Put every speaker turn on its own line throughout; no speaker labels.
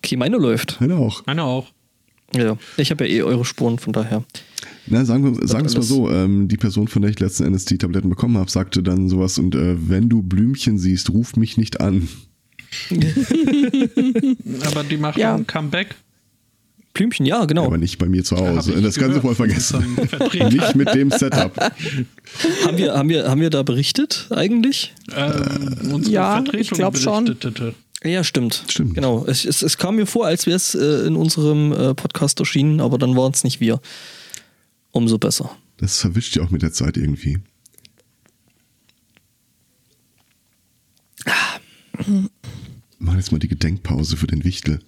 Michi, meine läuft.
Meine auch.
Meine auch.
Ja, ich habe ja eh eure Spuren, von daher.
Na, sagen wir sagen es mal
alles-
so, ähm, die Person, von der ich letzten Endes die Tabletten bekommen habe, sagte dann sowas und äh, wenn du Blümchen siehst, ruf mich nicht an.
Aber die machen
Ja.
ein Comeback.
Blümchen, ja, genau.
Aber nicht bei mir zu Hause.
Oh. Hab ich
Das kannst du
gehört.
voll vergessen. nicht mit dem Setup.
haben, wir, haben, wir, haben wir da berichtet eigentlich?
Ähm, unsere
Ja,
Vertretung
ich glaub schon.
berichtete.
Ja, stimmt.
Stimmt.
Genau. Es, es, es kam mir vor, als wäre es äh, in unserem äh, Podcast erschienen, aber dann waren es nicht wir. Umso besser.
Das verwischt ja auch mit der Zeit irgendwie. Wir Machen jetzt mal die Gedenkpause für den Wichtel.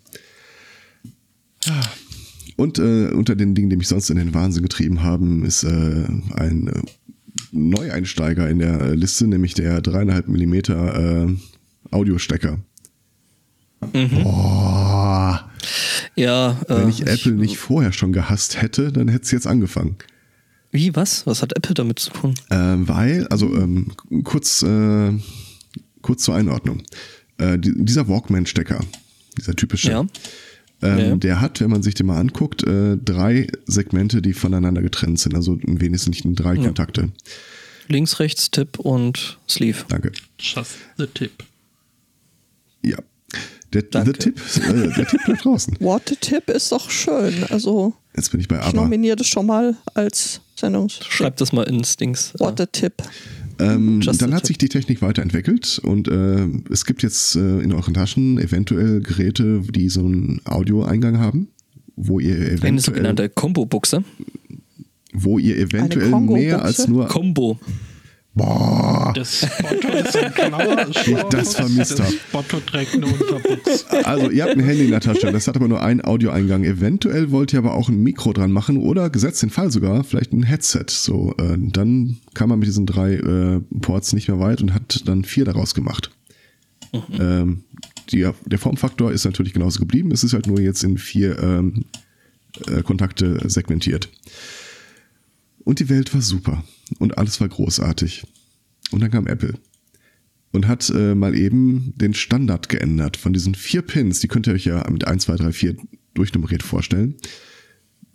Und äh, unter den Dingen, die mich sonst in den Wahnsinn getrieben haben, ist äh, ein äh, Neueinsteiger in der äh, Liste, nämlich der 3,5 Millimeter äh, Audiostecker. Boah,
Ja,
wenn
äh,
ich Apple nicht vorher schon gehasst hätte, dann hätte es jetzt angefangen.
wie, was? Was hat Apple damit zu tun?
Ähm, weil, also ähm, k- kurz, äh, kurz zur Einordnung. Äh, die, dieser Walkman-Stecker, dieser typische,
Ja.
ähm,
Ja.
der hat, wenn man sich den mal anguckt, äh, drei Segmente, die voneinander getrennt sind. Also wenigstens nicht drei Kontakte.
Links, rechts, Tipp und Sleeve.
Danke.
Just the tip.
Ja. Der, der,
Danke.
Tipp, äh, der Tipp bleibt draußen.
Watertip ist doch schön. Also,
Jetzt bin ich bei
ich
Aber.
nominiere das schon mal als Sendungs.
Schreib das mal ins Dings. Äh,
Watertip.
Ähm,
Just
dann
a
hat
tip.
sich die Technik weiterentwickelt und äh, es gibt jetzt äh, in euren Taschen eventuell Geräte, die so einen Audioeingang haben, wo ihr
eine
eventuell
sogenannte Combo-Buchse.
wo ihr eventuell
Kongo-Buchse?
mehr als nur.
Combo.
Boah,
Das Spotto ist ein blauer Schlauch.
Ah. das vermisst
Das
hab.
Spotto trägt eine Unterbuchs.
also ihr habt ein Handy in der Tasche, das hat aber nur einen Audioeingang. Eventuell wollt ihr aber auch ein Mikro dran machen oder gesetzt den Fall sogar vielleicht ein Headset. So, äh, dann kam man mit diesen drei äh, Ports nicht mehr weit und hat dann vier daraus gemacht. Ähm, die, der Formfaktor ist natürlich genauso geblieben. Es ist halt nur jetzt in vier ähm, äh, Kontakte segmentiert. Und die Welt war super. Und alles war großartig. Und dann kam Apple. Und hat äh, mal eben den Standard geändert von diesen vier Pins. Die könnt ihr euch ja mit 1, 2, 3, 4 durchnummeriert vorstellen.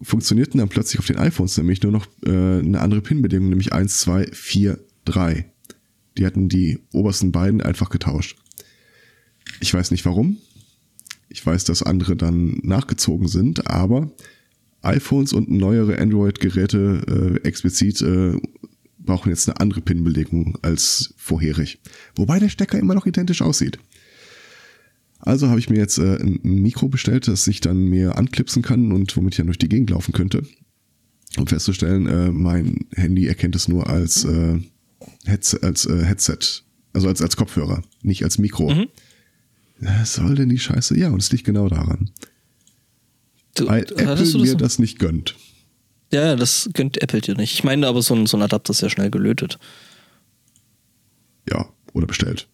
Funktionierten dann plötzlich auf den iPhones nämlich nur noch äh, eine andere Pin-Bedingung, nämlich 1, 2, 4, 3. Die hatten die obersten beiden einfach getauscht. Ich weiß nicht warum. Ich weiß, dass andere dann nachgezogen sind, aber iPhones und neuere Android-Geräte äh, explizit äh, brauchen jetzt eine andere Pin-Belegung als vorherig. Wobei der Stecker immer noch identisch aussieht. Also habe ich mir jetzt äh, ein ein Mikro bestellt, das ich dann mir anklipsen kann und womit ich dann durch die Gegend laufen könnte. Um festzustellen, äh, mein Handy erkennt es nur als, äh, Heads als äh, Headset, also als, als Kopfhörer, nicht als Mikro. Was soll denn die Scheiße? Ja, und es liegt genau daran.
Du,
Weil
hattest
Apple
äh, du das
mir
noch?
das nicht gönnt.
Ja, ja, das gönnt Apple dir nicht. Ich meine aber, so ein, so ein Adapter ist ja schnell gelötet.
Ja, oder bestellt.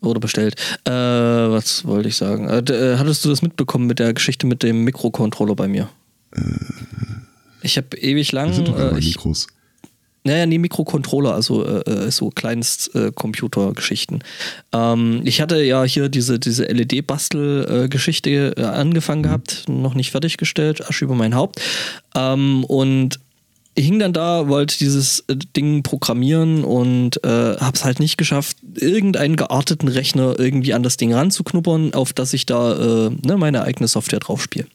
Oder bestellt. Äh, was wollte ich sagen? Äh, d- äh, hattest du das mitbekommen mit der Geschichte mit dem Mikrocontroller bei mir? Ich habe ewig lang.
Das Äh. sind doch
Äh,
einmal
ich,
Mikros.
naja, nee, Mikrocontroller, also äh, äh, so Kleinst-Computer-Geschichten. ähm, ich hatte ja hier diese, diese LED-Bastel-Geschichte äh, angefangen gehabt, noch nicht fertiggestellt, Asche über mein Haupt. Ähm, und hing dann da, wollte dieses äh, Ding programmieren und äh, hab's halt nicht geschafft, irgendeinen gearteten Rechner irgendwie an das Ding ranzuknuppern, auf das ich da äh, ne, meine eigene Software drauf spiele.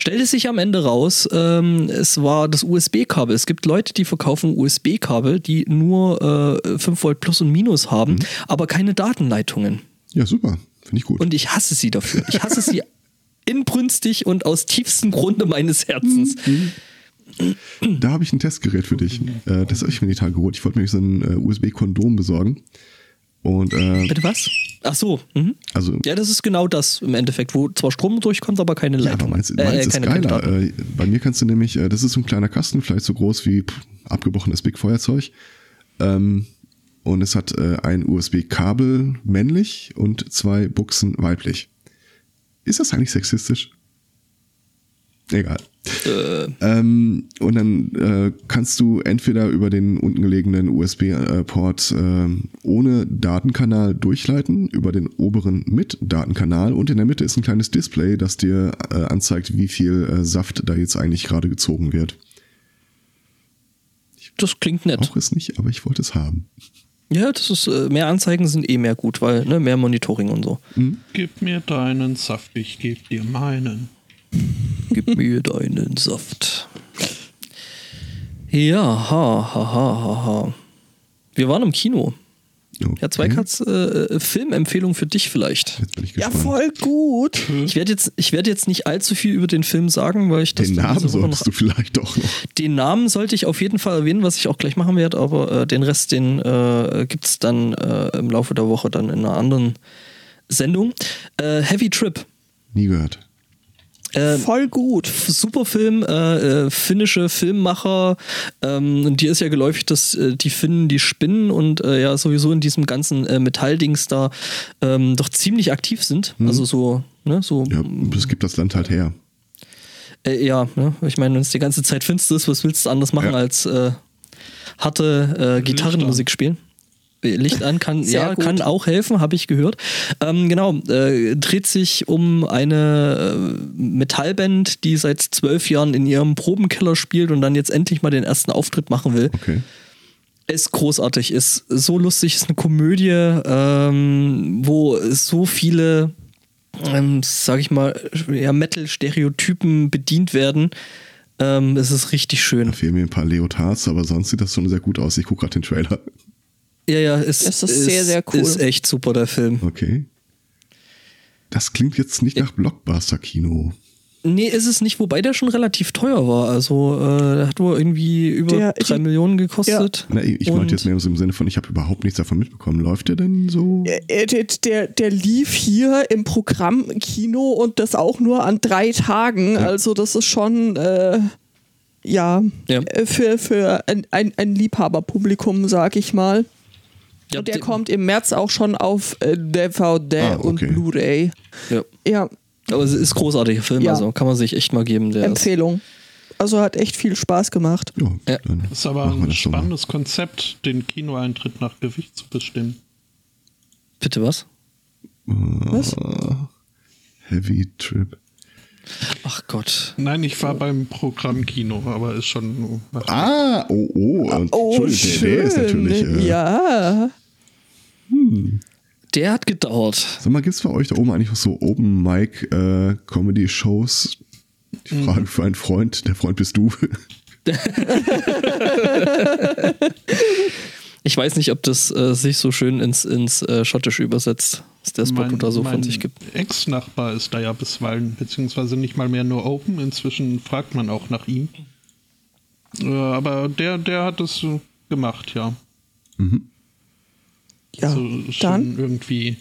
Stellte sich am Ende raus, ähm, es war das USB-Kabel. Es gibt Leute, die verkaufen USB-Kabel, die nur äh, 5 Volt Plus und Minus haben,
Mhm.
aber keine Datenleitungen.
Ja, super. Finde ich gut.
Und ich hasse sie dafür. Ich hasse sie inbrünstig und aus tiefstem Grunde meines Herzens.
Mhm. da habe ich ein Testgerät für dich. Äh, das habe ich mir die Tage geholt. Ich wollte mir so ein äh, USB-Kondom besorgen. Und äh,
Bitte was? Ach so. Mhm.
also
Ja, das ist genau das im Endeffekt, wo zwar Strom durchkommt, aber keine äh,
Ja, aber
Leitung.
meins, meins ist geiler.
Daten.
Äh, bei mir kannst du nämlich, äh, das ist so ein kleiner Kasten, vielleicht so groß wie pff, abgebrochenes Big-Feuerzeug. Ähm, und es hat äh, ein USB-Kabel männlich und zwei Buchsen weiblich. Ist das eigentlich sexistisch? Egal.
Äh,
Ähm, und dann äh, kannst du entweder über den unten gelegenen USB-Port äh, ohne Datenkanal durchleiten, über den oberen mit Datenkanal und in der Mitte ist ein kleines Display, das dir äh, anzeigt, wie viel äh, Saft da jetzt eigentlich gerade gezogen wird.
Das klingt nett.
Brauche es nicht, aber ich wollte es haben.
Ja, das ist, äh, mehr Anzeigen sind eh mehr gut, weil ne, mehr Monitoring und so.
Gib mir deinen Saft, ich geb dir meinen.
Gib mir deinen Saft. Ja, ha, ha, ha, ha, ha. Wir waren im Kino.
Okay.
Ja, Zweikatz, äh, äh, Filmempfehlung für dich vielleicht.
Jetzt bin ich
Ja,
gespannt.
voll gut.
Ich werde jetzt, ich werd jetzt nicht allzu viel über den Film sagen, weil ich das
den
diese
Namen
Woche
solltest du vielleicht auch noch.
Den Namen sollte ich auf jeden Fall erwähnen, was ich auch gleich machen werde, aber äh, den Rest, den äh, gibt es dann äh, im Laufe der Woche dann in einer anderen Sendung. Äh, Heavy Trip.
Nie gehört.
Äh,
Voll gut.
F- super Film, äh, äh, finnische Filmmacher. Ähm, und dir ist ja geläufig, dass äh, die Finnen die spinnen und äh, ja sowieso in diesem ganzen äh, Metalldings da ähm, doch ziemlich aktiv sind.
Mhm.
Also so, ne, so
Ja, es gibt das Land halt her.
äh, ja, ne? ich meine, wenn es die ganze Zeit finster ist, was willst du anders machen
Ja.
als äh, harte äh, Gitarrenmusik spielen? Äh, Licht an kann,
Sehr
ja,
gut.
kann auch helfen, habe ich gehört. Ähm, genau, äh, dreht sich um eine äh, Metallband, die seit zwölf Jahren in ihrem Probenkeller spielt und dann jetzt endlich mal den ersten Auftritt machen will
Okay.
ist großartig, ist so lustig, ist eine Komödie, ähm, wo so viele, ähm, sag ich mal, ja, Metal-Stereotypen bedient werden. Ähm, es ist richtig
Da
schön.
fehlen mir ein paar Leotards, aber sonst sieht das schon sehr gut aus. Ich gucke gerade den Trailer.
Ja, ja, ist,
Es ist sehr, sehr cool.
Ist echt super, der Film.
Okay. Das klingt jetzt nicht nach Blockbuster-Kino.
Nee, ist es nicht, wobei der schon relativ teuer war. Also, äh, der hat wohl irgendwie über
Der-
drei Millionen gekostet.
Na, ich ich
Und-
meinte jetzt mehr so im Sinne von, ich habe überhaupt nichts davon mitbekommen. Läuft der denn so?
Äh, Der, der, der lief hier im Programm Kino und das auch nur an drei Tagen. Also das ist schon äh, ja,
Ja.
äh, für, für ein, ein, ein Liebhaberpublikum, sag ich mal.
Ja,
und der
die-
kommt im März auch schon auf äh, DVD
Ah, okay.
und Blu-ray.
Ja.
Ja,
Aber es ist großartiger Film,
Ja.
also kann man sich echt mal geben. Der ist,
Empfehlung. Also hat echt viel Spaß gemacht.
Ja,
Ja.
dann
Ist aber
machen wir
ein
das schon mal.
spannendes Konzept, den Kinoeintritt nach Gewicht zu bestimmen.
bitte was?
Was?
Heavy Trip.
Ach Gott.
Nein, ich war beim Programm Kino, aber ist schon.
Ah, oh, oh. Und
Oh,
Entschuldigung,
schön.
Der ist natürlich. Äh,
ja.
Der hat gedauert.
Sag mal, gibt es bei euch da oben eigentlich noch so Open Mic äh, Comedy Shows? Die Frage für einen Freund. Der Freund bist du.
Ich weiß nicht, ob das äh, sich so schön ins, ins äh, Schottische übersetzt, was der Spot oder so von sich gibt.
Ex-Nachbar ist da ja bisweilen, beziehungsweise nicht mal mehr nur Open. Inzwischen fragt man auch nach ihm. Äh, aber der, der hat es äh, gemacht, ja.
Ja,
schon
dann.
irgendwie.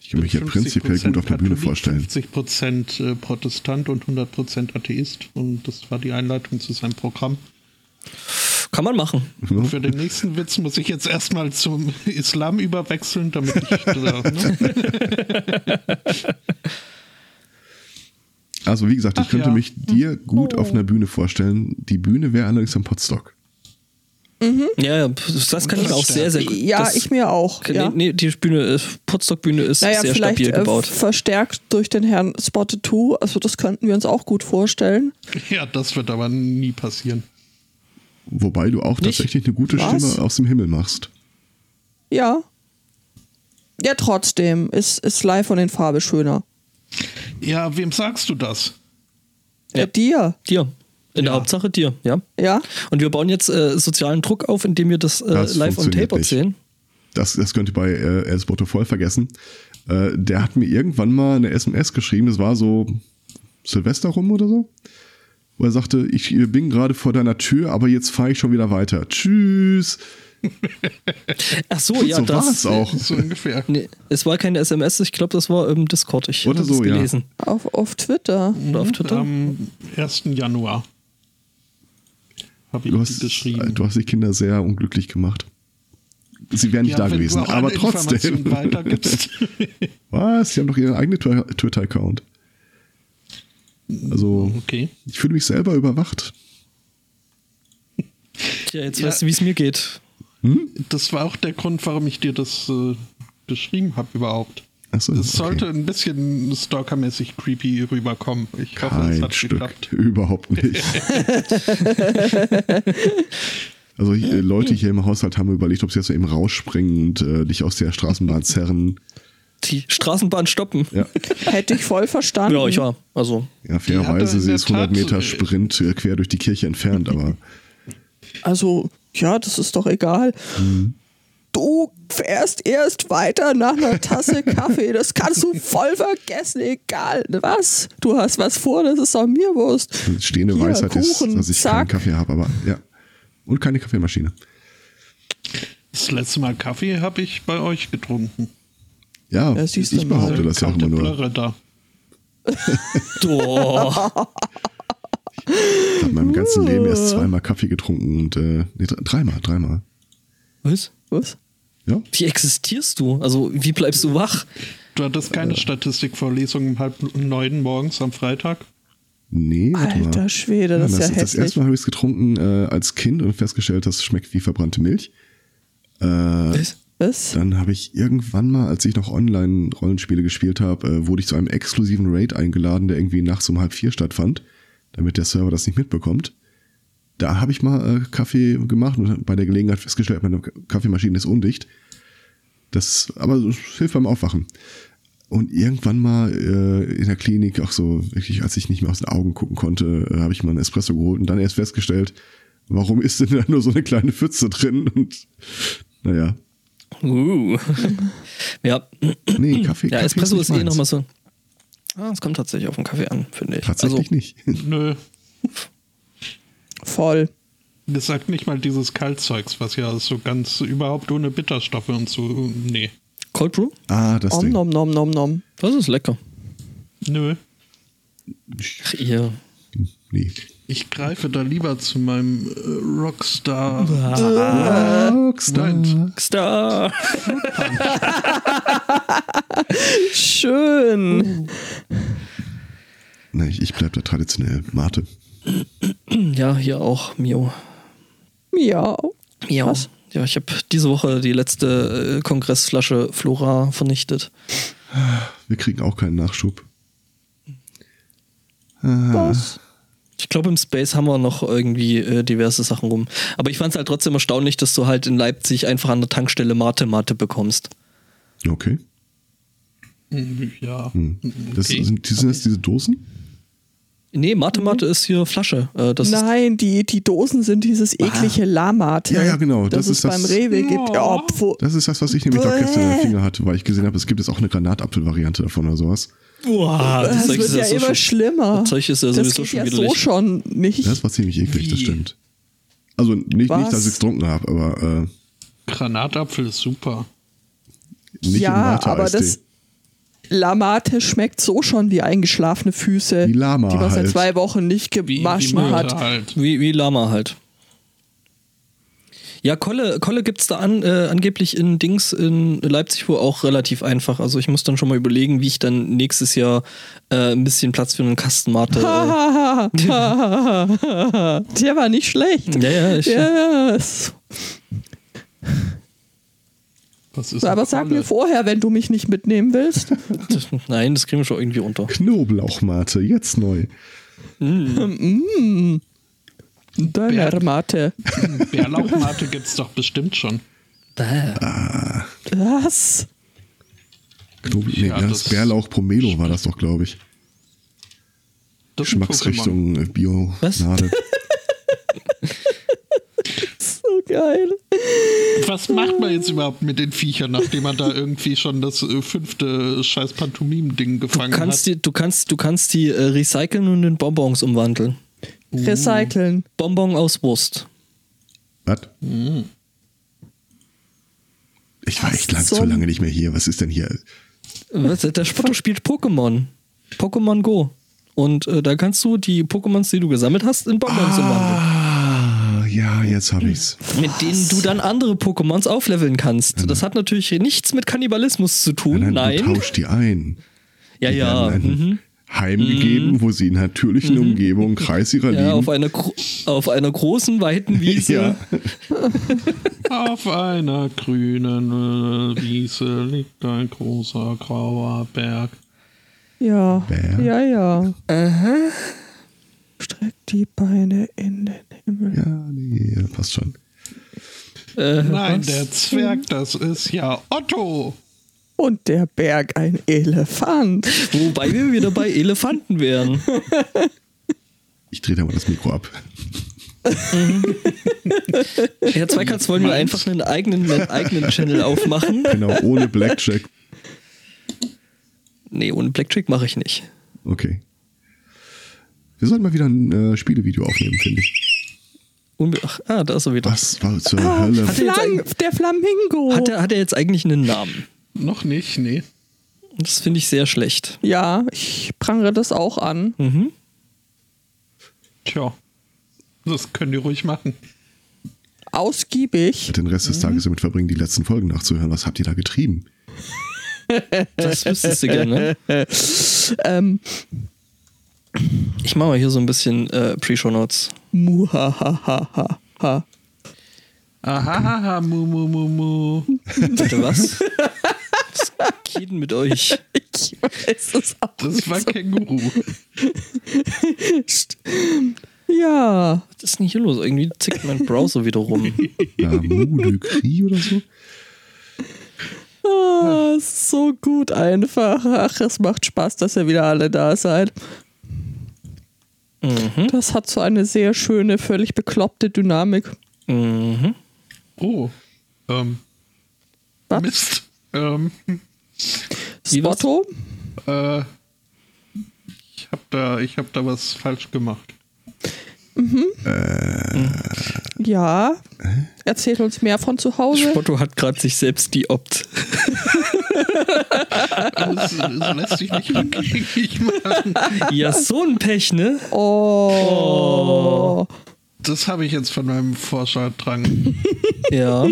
Ich
kann mich ja prinzipiell gut auf der Bühne vorstellen.
50% äh, Protestant und 100% Atheist. Und das war die Einleitung zu seinem Programm.
Kann man machen.
Und für den nächsten Witz muss ich jetzt erstmal zum Islam überwechseln, damit ich. Da, ne?
Also wie gesagt, ich
Ach
könnte
ja.
mich dir gut auf einer Bühne vorstellen. Die Bühne wäre allerdings am Potstock. Hm?
Ja, ja, das kann ich mir auch sehr, sehr gut.
Ja,
das,
ich mir auch.
Nee,
Ja.
nee, die Bühne, äh, Potsdok-Bühne ist
naja,
sehr
vielleicht
stabil
äh,
gebaut.
verstärkt durch den Herrn Spotted 2. Also das könnten wir uns auch gut vorstellen.
ja, das wird aber nie passieren.
Wobei du auch
Nicht?
tatsächlich eine gute
Was?
Stimme aus dem Himmel machst.
Ja. Ja, trotzdem. Ist, ist live von den Farbe schöner.
Ja, wem sagst du das?
Ja.
Ja. Dir.
Dir. In der Hauptsache dir, ja.
Ja.
Und wir bauen jetzt äh, sozialen Druck auf, indem wir das, äh,
Das
live on
funktioniert
Tape erzählen.
Das, das könnt ihr bei äh, Els Botto voll vergessen. Äh, der hat mir irgendwann mal eine SMS geschrieben, das war so Silvester rum oder so. Wo er sagte, ich äh, bin gerade vor deiner Tür, aber jetzt fahre ich schon wieder weiter. Tschüss.
Ach so,
Oh
Und
ja,
so war
das.
es auch.
So ungefähr.
Nee, es war keine SMS, ich glaube, das war im Discord. Ich
Oder
hatte das
so, ja. Hm, ähm,
gelesen.
Auf, auf Twitter.
Oder auf Twitter.
Hm? Am 1. Januar habe ich
Du
die
hast,
geschrieben.
du hast die Kinder sehr unglücklich gemacht. Sie wären nicht da
wenn du
gewesen,
auch
aber
eine Information
trotzdem.
Weitergibst.
Was? Sie haben doch ihre eigene Twi- Twitter-Account. Also
Okay.
ich fühle mich selber überwacht.
Tja, jetzt
Ja.
weißt du, wie es mir geht.
Das war auch der Grund, warum ich dir das äh, geschrieben habe überhaupt.
Achso,
Es sollte ein bisschen stalkermäßig creepy rüberkommen. Ich hoffe, es
Kein
hat
Stück,
geklappt.
überhaupt nicht. also äh, Leute hier im Haushalt haben überlegt, ob sie jetzt so eben rausspringen und äh, dich aus der Straßenbahn zerren.
Die Straßenbahn stoppen.
Ja,
Hätte ich voll verstanden.
Ja, ich war. Also,
ja
hatte
fairerweise,
in
sie
der
ist 100
Tat so-
Meter Sprint äh, quer durch die Kirche entfernt, aber
Also, ja, das ist doch egal. Du fährst erst weiter nach einer Tasse Kaffee. Das kannst du voll vergessen, egal was. Du hast was vor, das ist auch mir Wurst.
die stehende
Hier,
Weisheit ist,
Kuchen,
dass ich
zack.
keinen Kaffee habe, aber ja. Und keine Kaffeemaschine.
Das letzte Mal Kaffee habe ich bei euch getrunken.
Ja,
Ja, siehst du
ich
mal.
behaupte das ja auch
Kam der
immer nur.
Blurre da.
oh,
Ich habe in meinem ganzen Leben erst zweimal Kaffee getrunken und äh, nee, dre- dreimal, dreimal.
was?
Was?
Ja.
Wie existierst du? Also, wie bleibst du wach?
Du hattest
Äh.
keine Statistikvorlesung um halb neun morgens am Freitag.
Nee, warte mal.
Alter Schwede, das ist ja
das, das
hässlich.
erste Mal habe ich es getrunken äh, als Kind und festgestellt, das schmeckt wie verbrannte Milch. Äh,
Was?
Was?
dann habe ich irgendwann mal, als ich noch Online-Rollenspiele gespielt habe, äh, wurde ich zu einem exklusiven Raid eingeladen, der irgendwie nachts um halb vier stattfand, damit der Server das nicht mitbekommt. Da habe ich mal äh, Kaffee gemacht und hab bei der Gelegenheit festgestellt, meine K- Kaffeemaschine ist undicht. Das, aber es hilft beim Aufwachen. Und irgendwann mal äh, in der Klinik, auch so wirklich, als ich nicht mehr aus den Augen gucken konnte, äh, habe ich mal einen Espresso geholt und dann erst festgestellt, warum ist denn da nur so eine kleine Pfütze drin? Und naja,
Uh. ja, ja
nee, Kaffee. Kaffee
Espresso
nicht
ist eh
meins.
nochmal so. Ah, es kommt tatsächlich auf den Kaffee an, finde ich.
Tatsächlich
also,
nicht.
Nö,
Voll.
gesagt nicht mal dieses Kaltzeugs, was ja so ganz überhaupt ohne Bitterstoffe und so. Nee.
Also, Cold Brew?
Ah, das
Om
Ding.
nom nom nom nom.
Das ist lecker.
Nö.
Ach, ihr.
Nee.
Ich greife da lieber zu meinem äh, Rockstar.
Rockstar.
Moment.
Star.
Schön.
Nee, ich, ich bleib da traditionell. Mate.
Ja, hier auch, Mio.
Miau.
Mio.
Was?
Ja, ich habe diese Woche die letzte äh, Kongressflasche Flora vernichtet.
Wir kriegen auch keinen Nachschub. Ah,
Was?
Ich glaube, im Space haben wir noch irgendwie äh, diverse Sachen rum. Aber ich fand es halt trotzdem erstaunlich, dass du halt in Leipzig einfach an der Tankstelle Mate Mate bekommst.
okay.
Ja.
Hm. Das
Okay.
sind, die- sind das diese Dosen?
Nee, Mate Mate ist hier Flasche. Äh, das ist,
Mhm. Nein, die, die Dosen sind dieses eklige Lamate.
Ah. Ja, ja, genau, das
Das, es
ist das-
beim Rewe gibt. Oh, Ja, obwohl,
Das ist das, was ich nämlich noch
Bäh.
gestern in den Finger hatte, weil ich gesehen habe, es gibt jetzt auch eine Granatapfel-Variante davon oder sowas.
Boah,
das
Zeug
wird
ist
ja
so
immer
schon-
schlimmer.
Das Zeug ist ja
das
sowieso
geht
schon
ja so
widerlich.
schon nicht.
Das war ziemlich eklig, das
Wie?
stimmt. Also nicht, nicht
Was?
dass ich es getrunken habe, aber
Granatapfel ist super.
äh, nicht in
ja,
Mate
aber das Lamate schmeckt so schon wie eingeschlafene Füße,
Wie Lama
die man seit
halt.
zwei Wochen nicht gewaschen
Mörder
hat.
Halt.
Wie, wie Lama halt. Ja, Kolle, Kolle gibt es da an, äh, angeblich in Dings in Leipzig wohl auch relativ einfach. Also ich muss dann schon mal überlegen, wie ich dann nächstes Jahr äh, ein bisschen Platz für einen Kasten Mate. Äh,
Der war nicht schlecht.
Ja, ja, ich-
yes.
Was ist
Aber
eine
sag
Rolle?
mir vorher, wenn du mich nicht mitnehmen willst.
das, äh, nein, das kriegen wir schon irgendwie unter.
Knoblauchmate, jetzt neu.
Donnermate.
Bärlauchmate gibt's doch bestimmt schon.
Bäh.
Was?
Knoblauch, nee,
Ja,
das,
das-
Bärlauch Pomelo war das doch, glaube ich.
Das ist ein Pokémon.
Geschmacksrichtung äh, Bio.
Was?
Nade.
So geil.
Was macht man jetzt überhaupt mit den Viechern, nachdem man da irgendwie schon das äh, fünfte scheiß Pantomim-Ding
Du
gefangen
kannst,
hat?
die, du, kannst, du kannst die äh, recyceln und in Bonbons umwandeln. Uh.
Recyceln.
Bonbon aus Wurst.
Was? Ich war echt lang,
So
so
ein-
lange nicht mehr hier. Was ist denn hier?
Was, der Spotto spielt Pokémon. Pokémon Go. Und äh, da kannst du die Pokémons, die du gesammelt hast, in Bonbons umwandeln.
Ah, ja, jetzt hab ich's.
mit denen du dann andere Pokémons aufleveln kannst. Das hat natürlich
ne,
nichts mit Kannibalismus zu tun.
Nein,
Nein.
du tausch die ein.
Ja,
Die
ja.
werden ein
Mhm.
heimgegeben, wo sie in einer natürlichen Umgebung, Kreis ihrer
Ja, auf
Lieben.
einer, gro- auf einer großen, weiten Wiese.
Ja,
Auf einer grünen äh, Wiese liegt ein großer grauer Berg.
Ja,
Bäh.
ja, ja. Streck die Beine in den Himmel.
ja, nee, ja, passt schon.
Äh,
Nein,
was?
der Zwerg, das ist ja Otto.
Und der Berg ein Elefant.
Wobei wir wieder bei Elefanten wären.
Ich drehe da mal das Mikro ab.
Herr Zweikatz, wollen wir einfach einen eigenen, einen eigenen Channel aufmachen?
Genau, ohne Blackjack.
Nee, ohne Blackjack mache ich nicht.
Okay. Wir sollten mal wieder ein äh, Spielevideo aufnehmen, finde ich.
Unbe Ach, ah, da ist er wieder.
Was war zur Hölle?
hat er jetzt
Flam der Flamingo.
Hat er, hat er jetzt eigentlich einen Namen?
Noch nicht, nee.
Das finde ich sehr schlecht.
ja, ich prangere das auch an.
Mhm.
Tja. Das können die ruhig machen.
Ausgiebig.
Den Rest des
Mhm.
Tages damit verbringen, die letzten Folgen nachzuhören. Was habt ihr da getrieben?
Das wüsstest du gerne. ne?
Ähm,
Ich mache mal hier so ein bisschen äh, Pre-Show-Notes.
muhahahaha.
Ahahaha, mu, mu, mu, mu.
Bitte was? Was geht denn mit euch?
Ich weiß es auch
Das war Känguru.
nicht. Ja,
Was ist denn hier los? Irgendwie zickt mein Browser wieder rum.
Ja, Mude Kri oder so?
ah, so gut einfach. Ach, es macht Spaß, dass ihr wieder alle da seid.
Mhm.
Das hat so eine sehr schöne, völlig bekloppte Dynamik.
Mhm.
Oh. Ähm.
Was?
Mist. Ähm.
Wie war's?
Spotto?
Äh. Ich hab da, ich hab da was falsch gemacht.
Äh,
Ja. Erzähl uns mehr von zu Hause.
Spotto hat gerade sich selbst deopt.
Das, das lässt sich nicht rückgängig machen.
Ja, so ein Pech, ne?
Oh.
Das habe ich jetzt von meinem Forscherdrang.
Ja.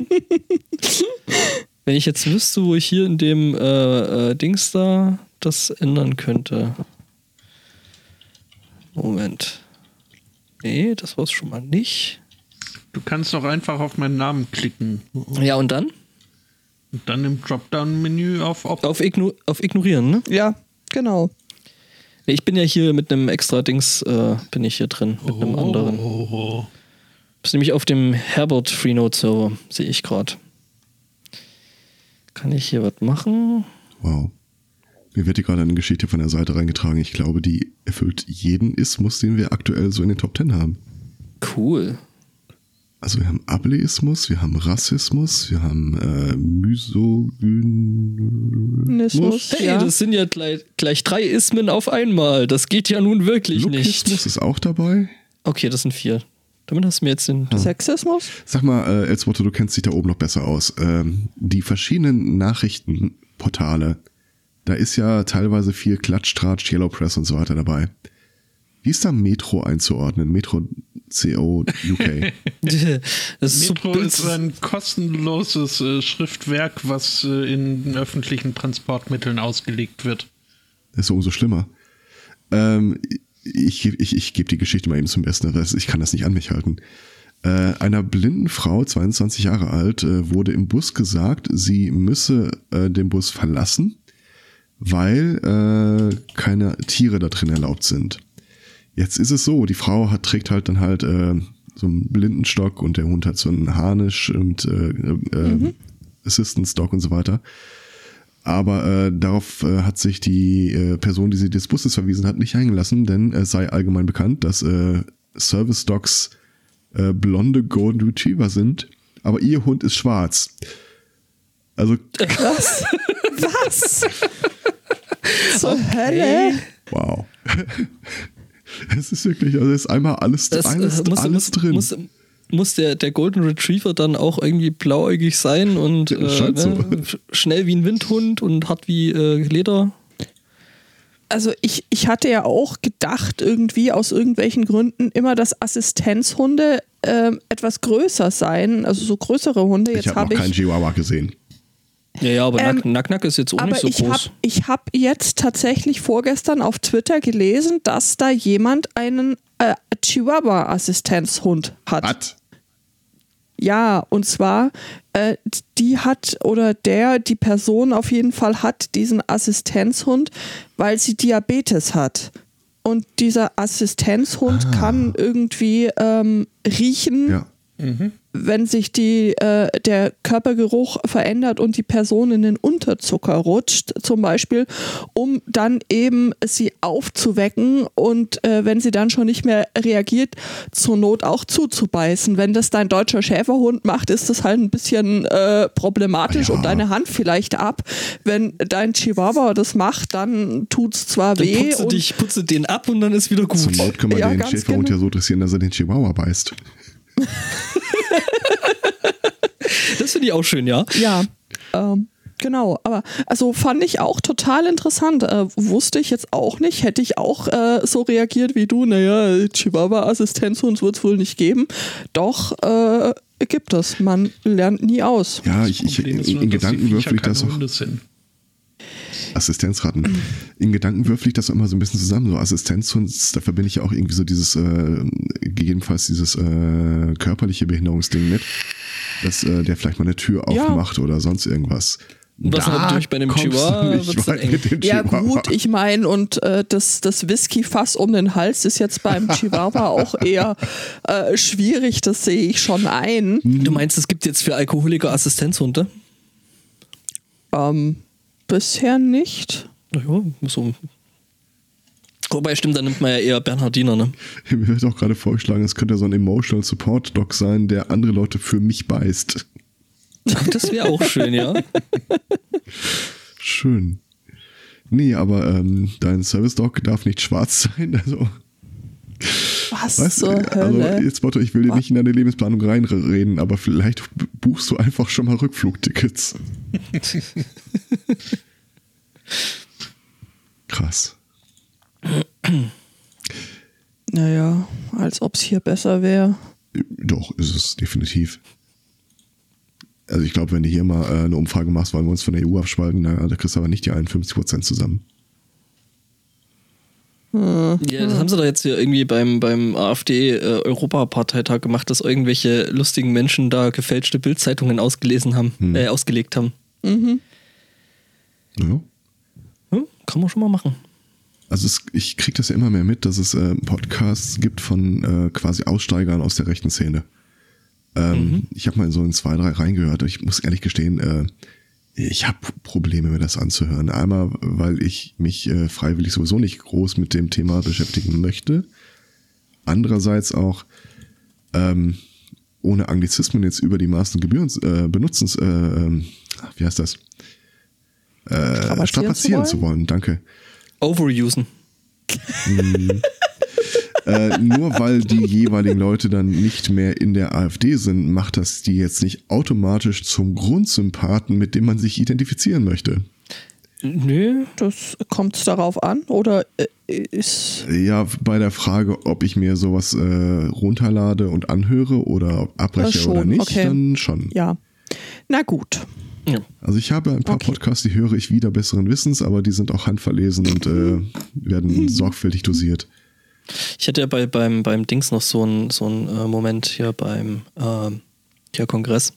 Wenn ich jetzt wüsste, wo ich hier in dem äh, äh, Dings da das ändern könnte. Moment. Nee, das war's schon mal nicht.
Du kannst doch einfach auf meinen Namen klicken. Und
Ja, und dann?
dann im Dropdown-Menü auf Ob.
Auf, igno auf ignorieren, ne?
Ja, genau.
Nee, Ich bin ja hier mit einem extra Dings, äh, bin ich hier drin, mit einem anderen.
Oh, oh,
Ist nämlich auf dem Herbert Freenode Server, sehe ich gerade. Kann ich hier was machen?
Wow. Mir wird hier gerade eine Geschichte von der Seite reingetragen. Ich glaube, die erfüllt jeden Ismus, den wir aktuell so in den Top Ten haben.
Cool.
Also wir haben Ableismus, wir haben Rassismus, wir haben äh, Misogynismus.
Nismus.
Hey,
Ja.
das sind ja gleich, gleich drei Ismen auf einmal. Das geht ja nun wirklich nicht.
Lukismus ist auch dabei.
Okay, das sind vier. Damit hast du mir jetzt den.
Sexismus?
Sag mal, äh, Elswotte, du kennst dich da oben noch besser aus. Ähm, die verschiedenen Nachrichtenportale, da ist ja teilweise viel Klatsch, Tratsch, Yellow Press und so weiter dabei. Wie ist da Metro einzuordnen? Metro CO UK.
Das ist so
Metro
Bild-
ist ein kostenloses äh, Schriftwerk, was äh, in öffentlichen Transportmitteln ausgelegt wird.
Das ist ja umso schlimmer. Ähm, ich ich, ich gebe die Geschichte mal eben zum Besten. Das, ich kann das nicht an mich halten. Äh, einer blinden Frau, 22 Jahre alt, äh, wurde im Bus gesagt, sie müsse äh, den Bus verlassen, weil äh, keine Tiere da drin erlaubt sind. Jetzt ist es so, die Frau hat, trägt halt dann halt äh, so einen Blindenstock und der Hund hat so einen Harnisch und äh, äh, Assistance Dog und so weiter. Aber äh, darauf äh, hat sich die äh, Person, die sie des Busses verwiesen hat, nicht eingelassen, denn es sei allgemein bekannt, dass äh, Service Dogs äh, blonde Golden Retriever sind, aber ihr Hund ist schwarz. Also,
Was? Was? Zur Hölle?
wow. es ist wirklich, also es ist einmal alles,
das, äh,
alles,
muss,
alles
muss,
drin.
Muss, muss der, der Golden Retriever dann auch irgendwie blauäugig sein und äh,
Scheint so.
ne, sch- schnell wie ein Windhund und hart wie äh, Leder?
Also ich, ich hatte ja auch gedacht, irgendwie aus irgendwelchen Gründen immer, dass Assistenzhunde ähm, etwas größer seien, also so größere Hunde.
ich habe
Jetzt
noch
habe
keinen
ich.
Chihuahua gesehen.
Ja, ja, aber
Ähm,
Nack, Nack, Nack ist jetzt auch
Aber
nicht so
ich
groß.
habe ich hab jetzt tatsächlich vorgestern auf Twitter gelesen, dass da jemand einen äh, Chihuahua-Assistenzhund hat.
Hat.
Ja, und zwar, äh, die hat oder der, die Person auf jeden Fall hat diesen Assistenzhund, weil sie Diabetes hat. Und dieser Assistenzhund kann irgendwie ähm, riechen,
Ja.
wenn sich die, äh, der Körpergeruch verändert und die Person in den Unterzucker rutscht, zum Beispiel, um dann eben sie aufzuwecken und äh, wenn sie dann schon nicht mehr reagiert, zur Not auch zuzubeißen. Wenn das dein deutscher Schäferhund macht, ist das halt ein bisschen äh, problematisch
Ja.
und deine Hand vielleicht ab. Wenn dein Chihuahua das macht, dann tut's zwar
Dann
weh.
putze
und
dich, putze den ab und dann ist wieder gut.
Zum Not können wir
Ja,
den
ganz
Schäferhund
genau.
ja so dressieren, dass er den Chihuahua beißt.
Das finde ich auch schön, ja.
Ja, ähm, genau. Aber also fand ich auch total interessant. Äh, wusste ich jetzt auch nicht. Hätte ich auch äh, so reagiert wie du. Naja, Chihuahua-Assistenzhund wird es wohl nicht geben. Doch, äh, gibt es. Man lernt nie aus.
Ja, Ah, ich, ich,
Problem
in,
ist nur,
in
dass die
Gedanken
Viecher
würfel ich
keine
das auch.
Hunde sind.
Assistenzratten. In Gedanken würfel ich das immer so ein bisschen zusammen. So Assistenzhund, da verbinde ich ja auch irgendwie so dieses, äh, gegebenenfalls dieses äh, körperliche Behinderungsding mit, dass äh, der vielleicht mal eine Tür
Ja.
aufmacht oder sonst irgendwas.
Was
da
natürlich bei einem
kommst du
Chihuahua
nicht
wird's dann
weit
eng.
mit dem
Ja
Chihuahua.
gut, ich meine, und äh, das, das Whisky-Fass um den Hals ist jetzt beim Chihuahua auch eher äh, schwierig, das sehe ich schon ein.
Hm. Mhm.
Du meinst, es gibt jetzt für Alkoholiker Assistenzhunde?
Ähm, bisher nicht.
Naja, so. um. Wobei, stimmt, dann nimmt man ja eher Bernhardiner, ne?
Mir wird auch gerade vorgeschlagen, es könnte so ein Emotional Support Dog sein, der andere Leute für mich beißt.
Das wäre auch schön, ja.
Schön. Nee, aber ähm, dein Service Dog darf nicht schwarz sein, also.
Was
Was?
zur
also
Hölle?
jetzt Motto, ich will dir nicht in deine Lebensplanung reinreden, aber vielleicht b- buchst du einfach schon mal Rückflugtickets. Krass.
Naja, als ob es hier besser wäre.
Doch, ist es definitiv. Also ich glaube, wenn du hier mal äh, eine Umfrage machst, weil wir uns von der EU abspalten, na, da kriegst du aber nicht die 51% zusammen.
Ja, das haben sie doch jetzt hier irgendwie beim, beim AfD-Europaparteitag gemacht, dass irgendwelche lustigen Menschen da gefälschte Bildzeitungen ausgelesen haben, äh, ausgelegt haben.
Ja.
Hm, kann man schon mal machen.
Also es, ich kriege das ja immer mehr mit, dass es äh, Podcasts gibt von äh, quasi Aussteigern aus der rechten Szene. Ähm,
Mhm.
Ich habe mal in so in zwei, drei reingehört. Ich muss ehrlich gestehen, äh, ich habe Probleme, mir das anzuhören. Einmal, weil ich mich äh, freiwillig sowieso nicht groß mit dem Thema beschäftigen möchte. Andererseits auch, ähm, ohne Anglizismen jetzt über die Maßen Gebühren äh, benutzen, äh, ähm, wie heißt das? Äh,
Strapazieren zu
strapazieren zu wollen, danke.
Overusen.
äh, nur weil die jeweiligen Leute dann nicht mehr in der AfD sind, macht das die jetzt nicht automatisch zum Grundsympathen, mit dem man sich identifizieren möchte.
Nö.
Das kommt es darauf an oder äh, ist
Ja, bei der Frage, ob ich mir sowas äh, runterlade und anhöre oder ob abbreche
Das schon,
oder nicht,
okay.
dann schon.
ja. Na gut.
Ja.
Also ich habe ein paar
Okay.
Podcasts, die höre ich wieder besseren Wissens, aber die sind auch handverlesen und äh, werden sorgfältig dosiert.
Ich hatte ja bei, beim, beim Dings noch so einen so einen, äh, Moment hier beim ähm, hier Kongress.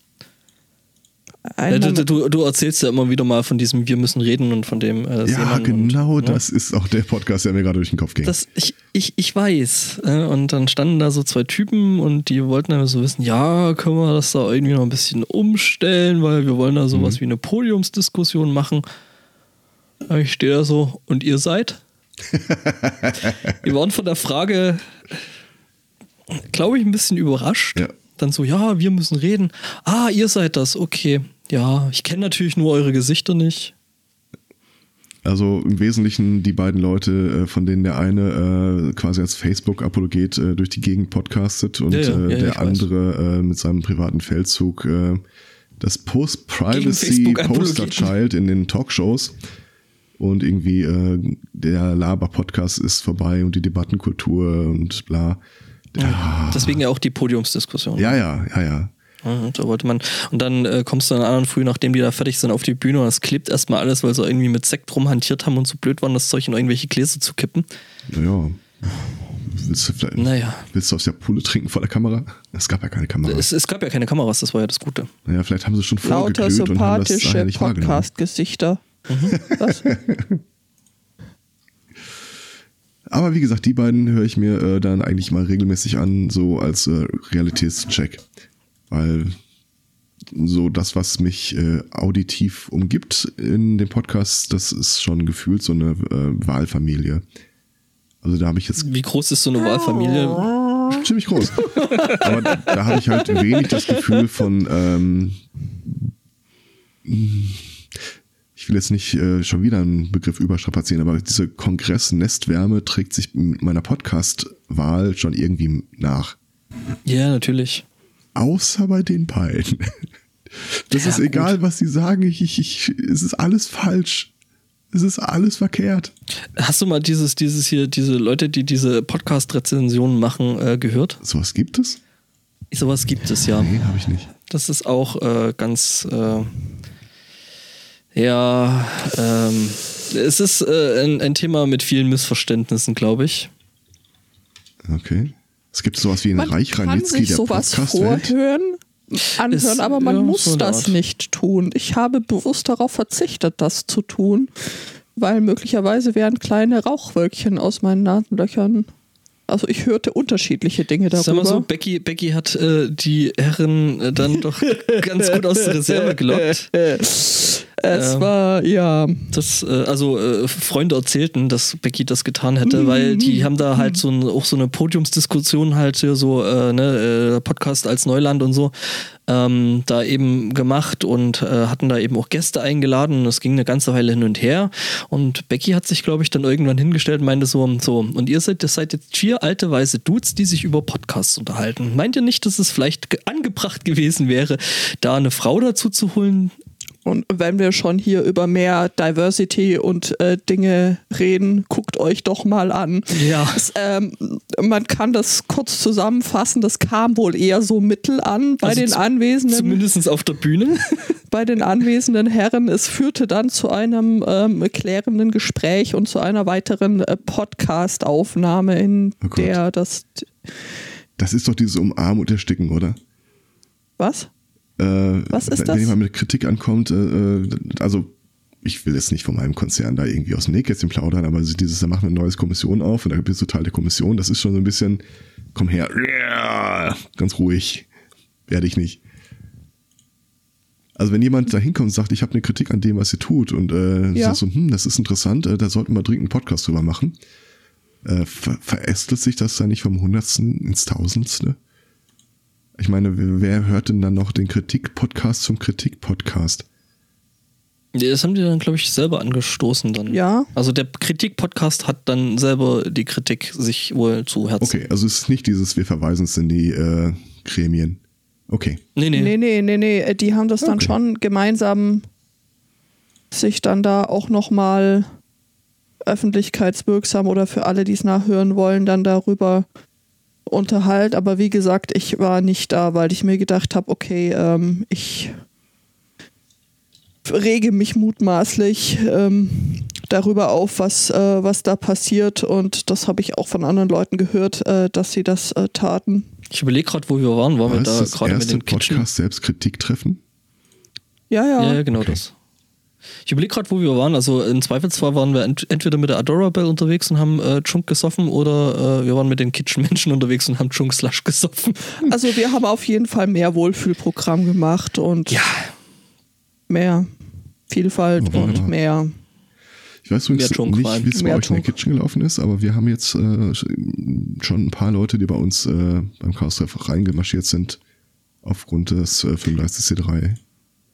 Ein
Ja, du,
Moment.
du, du erzählst ja immer wieder mal von diesem Wir müssen reden und von dem äh,
Ja,
Seemann
genau
und, ne?
das ist auch der Podcast, der mir gerade durch den Kopf ging.
Das, ich, ich, ich weiß. äh, Und dann standen da so zwei Typen und die wollten dann so wissen, ja, können wir das da irgendwie noch ein bisschen umstellen, weil wir wollen da sowas wie eine Podiumsdiskussion machen. Aber Ich stehe da so, und ihr seid? wir waren von der Frage, glaube ich, ein bisschen überrascht.
Ja.
Dann so, ja, wir müssen reden. Ah, ihr seid das, okay. Ja, ich kenne natürlich nur eure Gesichter nicht.
Also im Wesentlichen die beiden Leute, äh, von denen der eine äh, quasi als Facebook-Apologet äh, durch die Gegend podcastet und
Ja, ja, ja,
äh,
ja,
der
ich weiß.
andere äh, mit seinem privaten Feldzug äh, das Post-Privacy-Poster-Child
Facebook-Apologeten.
in den Talkshows. Und irgendwie äh, der Laber-Podcast ist vorbei und die Debattenkultur und bla.
Deswegen ja auch die Podiumsdiskussion.
Ja, ja, ja, ja.
Ja, Da wollte man. Und dann äh, kommst du dann anderen früh, nachdem die da fertig sind, auf die Bühne und es klebt erstmal alles, weil sie irgendwie mit Sekt rumhantiert haben und so blöd waren, das Zeug in irgendwelche Gläser zu kippen.
Naja. Willst du, vielleicht,
Naja.
willst du aus der Pulle trinken vor der Kamera? Es gab ja keine Kamera.
Es, es gab ja keine Kameras, das war ja das Gute.
naja, vielleicht haben sie schon
Lauter
vorgeglüht und haben das
sympathische
daher nicht wahrgenommen.
Podcast-Gesichter. Das-
Aber wie gesagt, die beiden höre ich mir äh, dann eigentlich mal regelmäßig an, so als äh, Realitätscheck. Weil so das, was mich äh, auditiv umgibt in dem Podcast, das ist schon gefühlt so eine äh, Wahlfamilie. Also da habe ich jetzt
Wie groß ist so eine Wahlfamilie?
ziemlich groß. Aber da, da habe ich halt wenig das Gefühl von, ähm, ich will jetzt nicht äh, schon wieder einen Begriff überstrapazieren, aber diese Kongress-Nestwärme trägt sich meiner Podcast-Wahl schon irgendwie nach.
Ja, natürlich.
Außer bei den beiden. Das
Ja,
ist egal, was sie sagen. Ich, ich, ich, es ist alles falsch. Es ist alles verkehrt.
Hast du mal dieses, dieses hier, diese Leute, die diese Podcast-Rezensionen machen, äh, gehört?
Sowas gibt es?
Sowas gibt es ja.
Nee, habe ich nicht.
Das ist auch äh, ganz. Äh, ja, ähm, es ist äh, ein, ein Thema mit vielen Missverständnissen, glaube ich.
Okay. Es gibt sowas wie einen
Man
Reich
kann
Ranitzky
sich
der
sowas
Podcast-Welt.
vorhören, anhören,
Ist,
aber man
ja,
muss
so eine
das
Art.
nicht tun. Ich habe bewusst darauf verzichtet, das zu tun, weil möglicherweise wären kleine Rauchwölkchen aus meinen Nasenlöchern. Also ich hörte unterschiedliche Dinge darüber.
Sag mal so, Becky, Becky hat äh, die Herren äh, dann doch ganz gut aus der Reserve gelockt.
es
ähm,
war, ja,
Das, äh, also äh, Freunde erzählten, dass Becky das getan
Mhm,
hätte, weil die haben da halt so ein, auch so eine Podiumsdiskussion halt hier so, äh, ne, äh, Podcast als Neuland und so, ähm, da eben gemacht und äh, hatten da eben auch Gäste eingeladen. Das ging eine ganze Weile hin und her. Und Becky hat sich, glaube ich, dann irgendwann hingestellt und meinte so, so, und ihr seid, das seid jetzt vier alte weiße Dudes, die sich über Podcasts unterhalten. Meint ihr nicht, dass es vielleicht ge- angebracht gewesen wäre, da eine Frau dazu zu holen?
und wenn wir schon hier über mehr Diversity und äh, Dinge reden, guckt euch doch mal an.
Ja.
Es, ähm, man kann das kurz zusammenfassen, das kam wohl eher so mittel an bei
Also
den
zu-
Anwesenden.
Zumindest auf der Bühne.
bei den anwesenden Herren. Es führte dann zu einem ähm, klärenden Gespräch und zu einer weiteren äh, Podcast-Aufnahme, in
Oh Gott.
der das.
Das ist doch dieses Umarmen und Ersticken, oder?
Was?
Äh,
Was ist
wenn,
das?
Wenn jemand mit Kritik ankommt, äh, äh, also ich will jetzt nicht von meinem Konzern da irgendwie aus dem Nähkästchen plaudern, aber so dieses, da machen wir eine neue Kommission auf und da gibt es total der Kommission, das ist schon so ein bisschen, komm her, ja, ganz ruhig, werde ich nicht. Also wenn jemand da hinkommt und sagt, ich habe eine Kritik an dem, was ihr tut und äh,
Ja.
sagt so, hm, das ist interessant, äh, da sollten wir dringend einen Podcast drüber machen, äh, ver verästelt sich das dann nicht vom Hundertsten ins Tausendste? Ich meine, wer- wer hört denn dann noch den Kritik-Podcast zum Kritik-Podcast?
Nee, Das haben die dann, glaube ich, selber angestoßen dann.
Ja.
Also der Kritik-Podcast hat dann selber die Kritik sich wohl zu Herzen.
Okay, also es ist nicht dieses, wir verweisen es in die äh, Gremien. Okay.
Nee, nee.
Nee, nee, nee, nee. äh, Die haben das dann
Okay.
schon gemeinsam sich dann da auch nochmal öffentlichkeitswirksam oder für alle, die es nachhören wollen, dann darüber unterhalt. Aber wie gesagt, ich war nicht da, weil ich mir gedacht habe, okay, ähm, ich rege mich mutmaßlich ähm, darüber auf, was, äh, was da passiert. Und das habe ich auch von anderen Leuten gehört, äh, dass sie das äh, taten.
Ich überlege gerade, wo wir waren. Waren
War
wir
es
da
das
gerade mit
erste
dem Kitchen?
Podcast selbst Kritik treffen?
Ja, ja.
Ja, ja, genau das. Ich überlege gerade, wo wir waren. Also im Zweifelsfall waren wir ent entweder mit der Adorabelle unterwegs und haben äh, Chunk gesoffen oder äh, wir waren mit den Kitchen-Menschen unterwegs und haben Chunk Slush gesoffen.
Also wir haben auf jeden Fall mehr Wohlfühlprogramm gemacht und mehr Vielfalt
Oh,
und
wunderbar.
mehr.
Ich weiß übrigens
Mehr Trunk rein.
nicht, wie es bei
Mehr
euch in der
Trunk.
Kitchen gelaufen ist, aber wir haben jetzt äh, schon ein paar Leute, die bei uns äh, beim Chaos-Treff reingemarschiert sind, aufgrund des äh, 35 C3.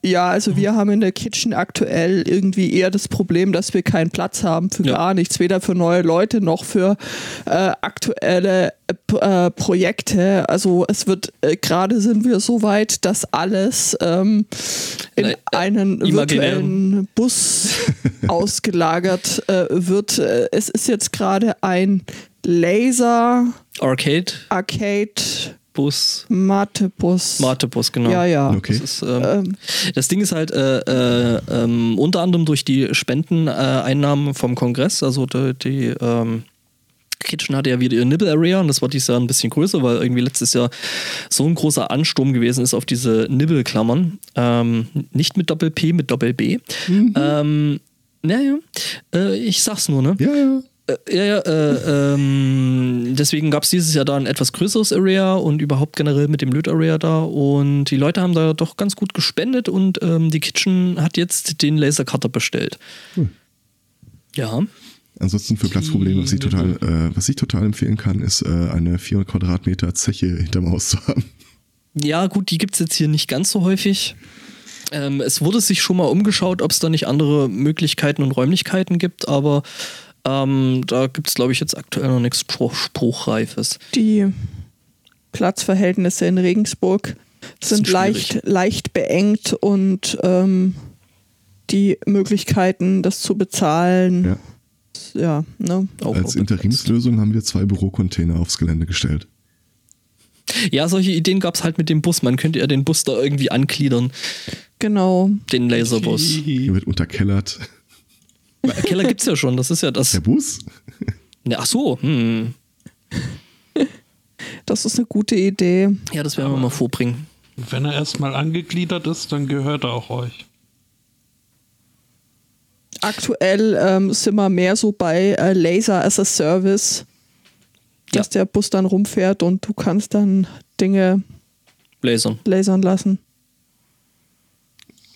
Ja, also wir haben in der Kitchen aktuell irgendwie eher das Problem, dass wir keinen Platz haben für
Ja.
gar nichts, weder für neue Leute noch für äh, aktuelle äh, P- äh, Projekte. Also es wird äh, gerade sind wir so weit, dass alles ähm, in
Äh, äh,
einen
imaginären.
virtuellen Bus ausgelagert äh, wird. Äh, Es ist jetzt gerade ein Laser
Arcade,
Arcade
Matebus.
Matebus.
Matebus, genau.
Ja, Äh, ja.
Okay.
Das, ist, ähm, das Ding ist halt äh, äh, ähm, unter anderem durch die Spendeneinnahmen äh, Einnahmen vom Kongress, also die, die ähm, Kitchen hatte ja wieder ihr Nibble Area und das war dieses Jahr ein bisschen größer, weil irgendwie letztes Jahr so ein großer Ansturm gewesen ist auf diese Nibble-Klammern. Ähm, nicht mit Doppel-P, mit Doppel-B. Ähm, naja, äh, ich sag's nur, ne?
Ja, ja.
Äh, ja, ja, äh, ähm, deswegen gab es dieses Jahr da ein etwas größeres Area und überhaupt generell mit dem Löt-Area da. Und die Leute haben da doch ganz gut gespendet und ähm, die Kitchen hat jetzt den Lasercutter bestellt. Ja.
Ansonsten für Platzprobleme, was ich total, äh, was ich total empfehlen kann, ist äh, eine 400 Quadratmeter Zeche hinterm Haus zu haben.
Ja, gut, die gibt es jetzt hier nicht ganz so häufig. Ähm, es wurde sich schon mal umgeschaut, ob es da nicht andere Möglichkeiten und Räumlichkeiten gibt, aber ähm, da gibt es, glaube ich, jetzt aktuell noch nichts Spruch Spruchreifes.
Die Platzverhältnisse in Regensburg sind
schwierig.
leicht, leicht beengt und ähm, die Möglichkeiten, das zu bezahlen,
Ja.
ja, ne?
Auch
Als
begrenzt.
Interimslösung haben wir zwei Bürocontainer aufs Gelände gestellt.
Ja, solche Ideen gab es halt mit dem Bus. Man könnte ja den Bus da irgendwie angliedern,
Genau.
den Laserbus.
Hier wird unterkellert.
Weil Keller gibt's ja schon, das ist ja das.
Der Bus?
Ne, Ach so, hm.
Das ist eine gute Idee.
Ja, das werden wir mal vorbringen.
Wenn er erstmal angegliedert ist, dann gehört er auch euch.
Aktuell ähm, sind wir mehr so bei äh, Laser as a Service,
Ja.
dass der Bus dann rumfährt und du kannst dann Dinge
Lasern.
lasern lassen.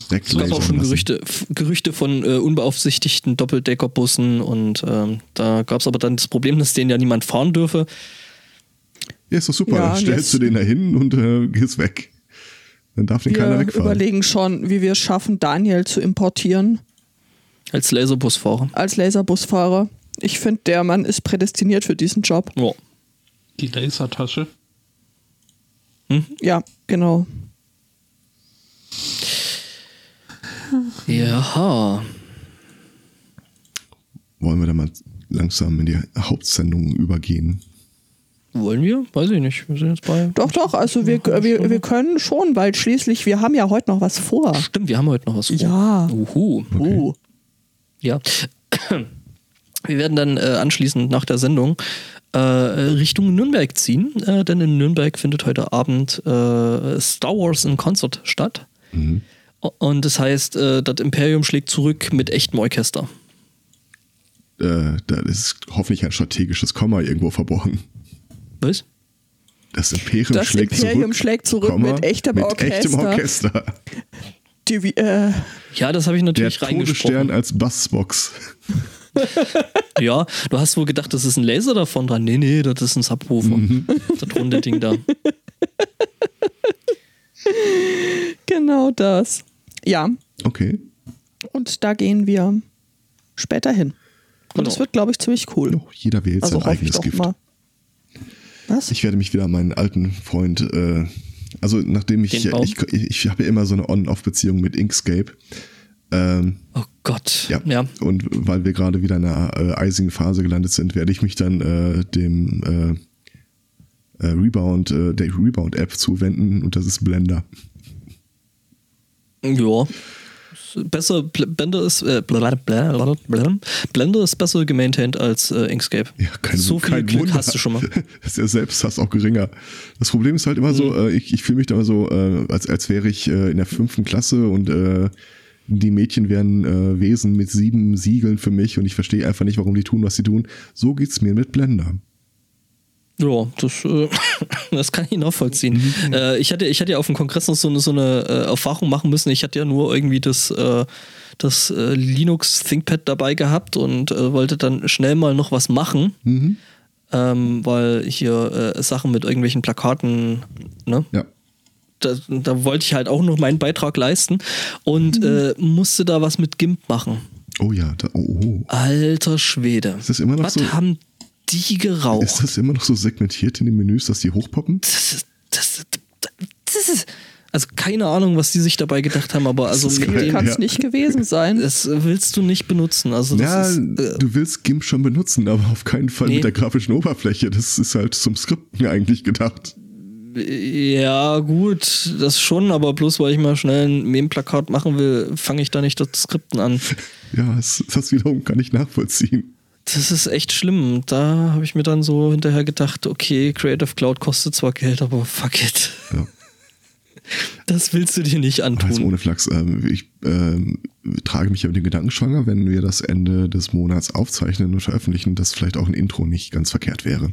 Direkt
Es gab auch
lasern
schon
lassen.
Gerüchte, F- Gerüchte von äh, unbeaufsichtigten Doppeldeckerbussen und ähm, da gab es aber dann das Problem, dass den ja niemand fahren dürfe.
Ja, ist doch super.
Ja,
Dann stellst
jetzt-
du den da hin und äh, gehst weg. Dann darf den keiner
Wir
wegfahren.
überlegen schon, wie wir es schaffen, Daniel zu importieren
Als Laserbusfahrer.
als Laserbusfahrer. Ich finde, der Mann ist prädestiniert für diesen Job.
Ja.
Die Lasertasche.
Ja, genau.
Jaha.
Wollen wir da mal langsam in die Hauptsendung übergehen?
Wollen wir? Weiß ich nicht. Wir sind jetzt bei.
Doch, doch, also wir, wir, wir können schon, weil schließlich, wir haben ja heute noch was vor.
Stimmt, wir haben heute noch was vor.
Ja.
Uhu.
Uh,
Ja. Wir werden dann äh, anschließend nach der Sendung äh, Richtung Nürnberg ziehen, äh, denn in Nürnberg findet heute Abend äh, Star Wars in Concert statt. O- Und das heißt, äh, das Imperium schlägt zurück mit echtem Orchester.
Äh, da ist hoffentlich ein strategisches Komma irgendwo verborgen.
Was?
Das Imperium,
Das
schlägt,
Imperium
zurück,
schlägt zurück mit echtem
mit
Orchester.
echtem Orchester.
die, äh,
Ja, das habe ich
Der
natürlich
Todesstern
reingesprochen.
als Bassbox.
Ja, du hast wohl gedacht, das ist ein Laser davon dran. Nee, nee, das ist ein Subwoofer. Das runde Ding da.
genau das. Ja,
Okay.
und da gehen wir später hin. Und das
Genau.
wird, glaube ich, ziemlich cool.
Jo, jeder wählt
also
sein
hoffe ich
eigenes
doch
Gift.
mal. Was?
Ich werde mich wieder an meinen alten Freund, äh, also nachdem ich,
Den Baum?
ich, ich, ich habe ja immer so eine On-Off-Beziehung mit Inkscape. Ähm,
Oh Gott.
ja.
ja.
Und weil wir gerade wieder in einer äh, eisigen Phase gelandet sind, werde ich mich dann äh, dem äh, äh, Rebound, äh, der Rebound-App zuwenden und das ist Blender.
Ja. Besser, Bl- Blender ist, äh, blä- blä- blä- blä- Blender ist besser gemaintained als äh, Inkscape.
Ja, kein,
so viel
kein
Glück
Wunder.
hast du schon mal.
Ist der Selbsthass auch geringer. Das Problem ist halt immer
Mhm.
so, äh, ich, ich fühle mich da immer so, äh, als, als wäre ich äh, in der fünften Klasse und äh, die Mädchen wären äh, Wesen mit sieben Siegeln für mich und ich verstehe einfach nicht, warum die tun, was sie tun. So geht's mir mit Blender.
Ja, das, äh, das kann ich nachvollziehen.
Mhm.
Äh, ich, hatte, ich hatte ja auf dem Kongress noch so eine, so eine äh, Erfahrung machen müssen. Ich hatte ja nur irgendwie das, äh, das äh, Linux ThinkPad dabei gehabt und äh, wollte dann schnell mal noch was machen,
Mhm.
ähm, weil hier äh, Sachen mit irgendwelchen Plakaten, ne?
Ja.
da, da wollte ich halt auch noch meinen Beitrag leisten und
Mhm.
äh, musste da was mit GIMP machen.
Oh ja, da, oh, oh.
Alter Schwede.
das immer noch
was
so-
haben die geraucht?
Ist das immer noch so segmentiert in den Menüs, dass die hochpoppen?
das, ist- das, ist- das ist. Also keine Ahnung, was die sich dabei gedacht haben, aber also
ist
mit
geil.
dem,
Kann es
Ja.
nicht gewesen sein.
das willst du nicht benutzen. Also
Ja,
das ist. Äh,
du willst GIMP schon benutzen, aber auf keinen Fall
Nee.
mit der grafischen Oberfläche. Das ist halt zum Skripten eigentlich gedacht.
Ja, gut, das schon, aber bloß weil ich mal schnell ein Mem-Plakat machen will, fange ich da nicht das Skripten an.
Ja, das, das wiederum kann ich nachvollziehen.
Das ist echt schlimm. Da habe ich mir dann so hinterher gedacht, okay, Creative Cloud kostet zwar Geld, aber fuck it.
Ja.
Das willst du dir nicht
Aber jetzt
antun.
ohne Flachs, ähm, ich ähm, trage mich ja mit dem Gedanken schwanger, wenn wir das Ende des Monats aufzeichnen und veröffentlichen, dass vielleicht auch ein Intro nicht ganz verkehrt wäre.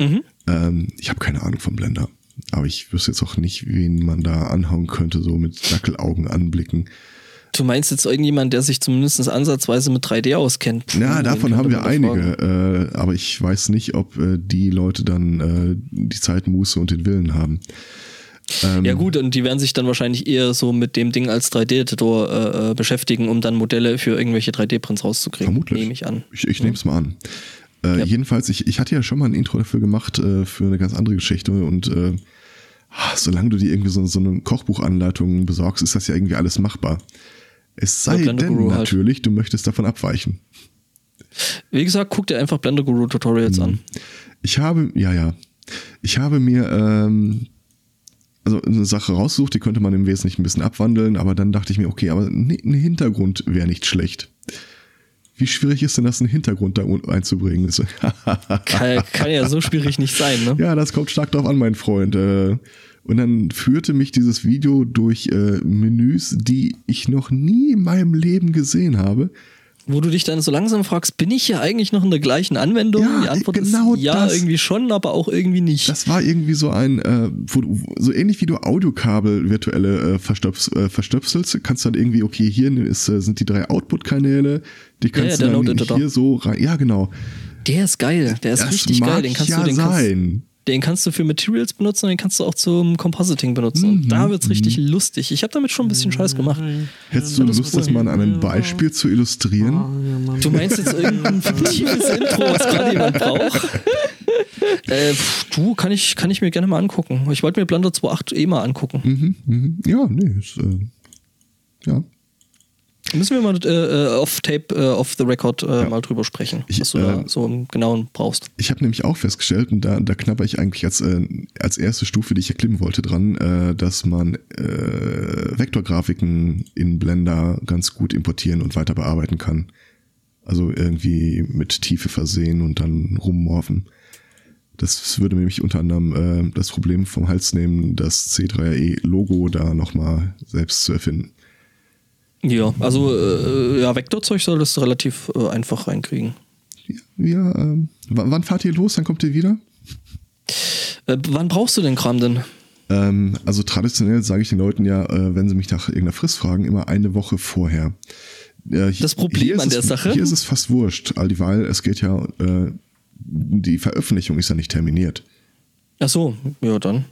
Mhm.
Ähm, ich habe keine Ahnung vom Blender. Aber ich wüsste jetzt auch nicht, wen man da anhauen könnte, so mit Dackelaugen anblicken.
Du meinst jetzt irgendjemand, der sich zumindest ansatzweise mit 3D auskennt? Puh,
Ja,
Hm, den
davon
könnte
haben wir
man fragen.
einige, äh, aber ich weiß nicht, ob äh, die Leute dann äh, die Zeit, Muße und den Willen haben. Ähm,
Ja gut, und die werden sich dann wahrscheinlich eher so mit dem Ding als 3D-Editor äh, äh, beschäftigen, um dann Modelle für irgendwelche 3D-Prints rauszukriegen.
Vermutlich.
Nehme ich an. Hm.
Ich, ich nehme es mal an. Äh, Jedenfalls, ich, ich hatte ja schon mal ein Intro dafür gemacht, äh, für eine ganz andere Geschichte. Und äh, ah, solange du dir irgendwie so, so eine Kochbuchanleitung besorgst, ist das ja irgendwie alles machbar. Es sei
Blender
denn
Guru halt.
natürlich, du möchtest davon abweichen.
Wie gesagt, guck dir einfach Blender Guru
Hm.
Tutorials an.
Ich habe, ja, ja. Ich habe mir ähm, also eine Sache rausgesucht, die könnte man im Wesentlichen ein bisschen abwandeln, aber dann dachte ich mir, okay, aber ne, ein ein Hintergrund wäre nicht schlecht. Wie schwierig ist denn das, einen Hintergrund da un- einzubringen? Das-
Kann, kann ja so schwierig nicht sein, ne?
ja, das kommt stark drauf an, mein Freund. Äh, Und dann führte mich dieses Video durch äh, Menüs, die ich noch nie in meinem Leben gesehen habe.
Wo du dich dann so langsam fragst, bin ich hier eigentlich noch in der gleichen Anwendung?
Ja,
Die Antwort
genau
ist ja,
das.
irgendwie schon, aber auch irgendwie nicht.
Das war irgendwie so ein, äh, wo du, so ähnlich wie du Audiokabel virtuelle äh, verstöpst, äh, verstöpselst, kannst du dann irgendwie, okay, hier ist, äh, sind die drei Output-Kanäle, die kannst
ja, der
du dann
Load-Editor.
hier so rein. Ja, genau.
der ist geil, der ist
das
richtig
mag
geil. Den kannst,
ja
du, den, kannst,
sein.
den kannst du für Materials benutzen und den kannst du auch zum Compositing benutzen. Und
Mhm.
da wird's richtig lustig. Ich habe damit schon ein bisschen Scheiß gemacht.
Hättest du Lust, das mal an einem Beispiel zu
Ah.
illustrieren?
Du meinst jetzt irgendein fiktives Intro, was gerade jemand braucht? Äh, pff, du, kann ich, kann ich mir gerne mal angucken. Ich wollte mir Blender 2.8 eh mal angucken.
Mhm. Ja, nee, ist, äh, ja.
Müssen wir mal äh, äh, off Tape, äh, off the Record äh, mal drüber sprechen,
Ich,
was du
äh,
da so im Genauen brauchst.
Ich habe nämlich auch festgestellt, und da, da knabber ich eigentlich als, äh, als erste Stufe, die ich erklimmen wollte, dran, äh, dass man äh, Vektorgrafiken in Blender ganz gut importieren und weiter bearbeiten kann. Also irgendwie mit Tiefe versehen und dann rummorphen. Das würde mir nämlich unter anderem äh, das Problem vom Hals nehmen, das C3E-Logo da nochmal selbst zu erfinden.
Ja, also äh, ja, Vektorzeug solltest du relativ äh, einfach reinkriegen.
Ja, ähm, wann, wann fahrt ihr los? Dann kommt ihr wieder?
Äh, wann brauchst du den Kram denn?
Ähm, also traditionell sage ich den Leuten ja, äh, wenn sie mich nach irgendeiner Frist fragen, immer eine Woche vorher. Äh, hi-
Das Problem
hier ist
an der
es,
Sache-
Hier ist es fast wurscht, all die Weile, es geht ja, äh, die Veröffentlichung ist ja nicht terminiert.
Ach so, ja dann.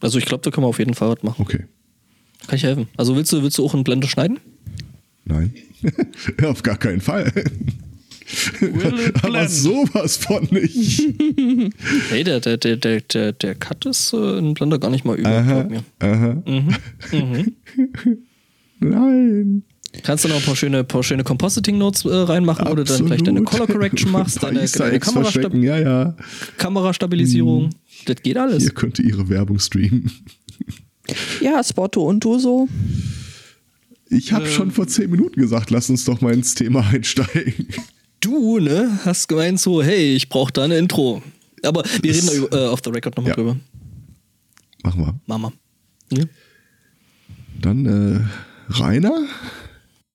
Also ich glaube, da können wir auf jeden Fall was machen.
Okay.
Kann ich helfen. Also willst du, willst du auch einen Blender schneiden?
Nein. Auf gar keinen Fall.
Will it
Aber
blend?
sowas von nicht.
Hey, der, der, der, der, der, der Cut ist äh, in Blender gar nicht mal übel, glaub mir.
Aha.
Mhm.
Nein.
Kannst du noch ein paar schöne, paar schöne Compositing-Notes äh, reinmachen, oder dann vielleicht deine
Absolut.
Color Correction machst,
Ein paar
deine,
Easter
deine
Eggs
Kamerastab
verstecken, Hm. Ja, ja.
Kamerastabilisierung. Das geht alles.
Ihr könnt ihre Werbung streamen.
Ja, Spotto, und du so?
Ich habe schon vor zehn Minuten gesagt, lass uns doch mal ins Thema einsteigen.
Du, ne, hast gemeint so, hey, ich brauche da ein Intro. Aber wir reden da über, äh, auf the record nochmal
Ja.
drüber.
Machen wir.
Mama. Ja.
Dann äh, Rainer,